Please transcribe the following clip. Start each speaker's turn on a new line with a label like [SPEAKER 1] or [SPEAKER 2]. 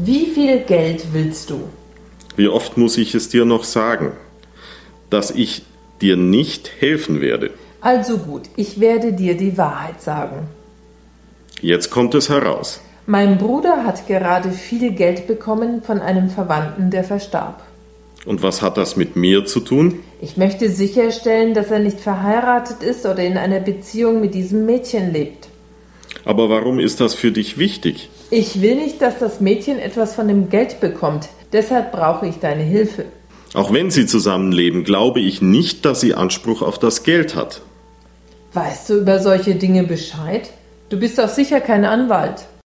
[SPEAKER 1] Wie viel Geld willst du?
[SPEAKER 2] Wie oft muss ich es dir noch sagen, dass ich dir nicht helfen werde?
[SPEAKER 1] Also gut, ich werde dir die Wahrheit sagen.
[SPEAKER 2] Jetzt kommt es heraus.
[SPEAKER 1] Mein Bruder hat gerade viel Geld bekommen von einem Verwandten, der verstarb.
[SPEAKER 2] Und was hat das mit mir zu tun?
[SPEAKER 1] Ich möchte sicherstellen, dass er nicht verheiratet ist oder in einer Beziehung mit diesem Mädchen lebt.
[SPEAKER 2] Aber warum ist das für dich wichtig?
[SPEAKER 1] Ich will nicht, dass das Mädchen etwas von dem Geld bekommt. Deshalb brauche ich deine Hilfe.
[SPEAKER 2] Auch wenn sie zusammenleben, glaube ich nicht, dass sie Anspruch auf das Geld hat.
[SPEAKER 1] Weißt du über solche Dinge Bescheid? Du bist doch sicher kein Anwalt.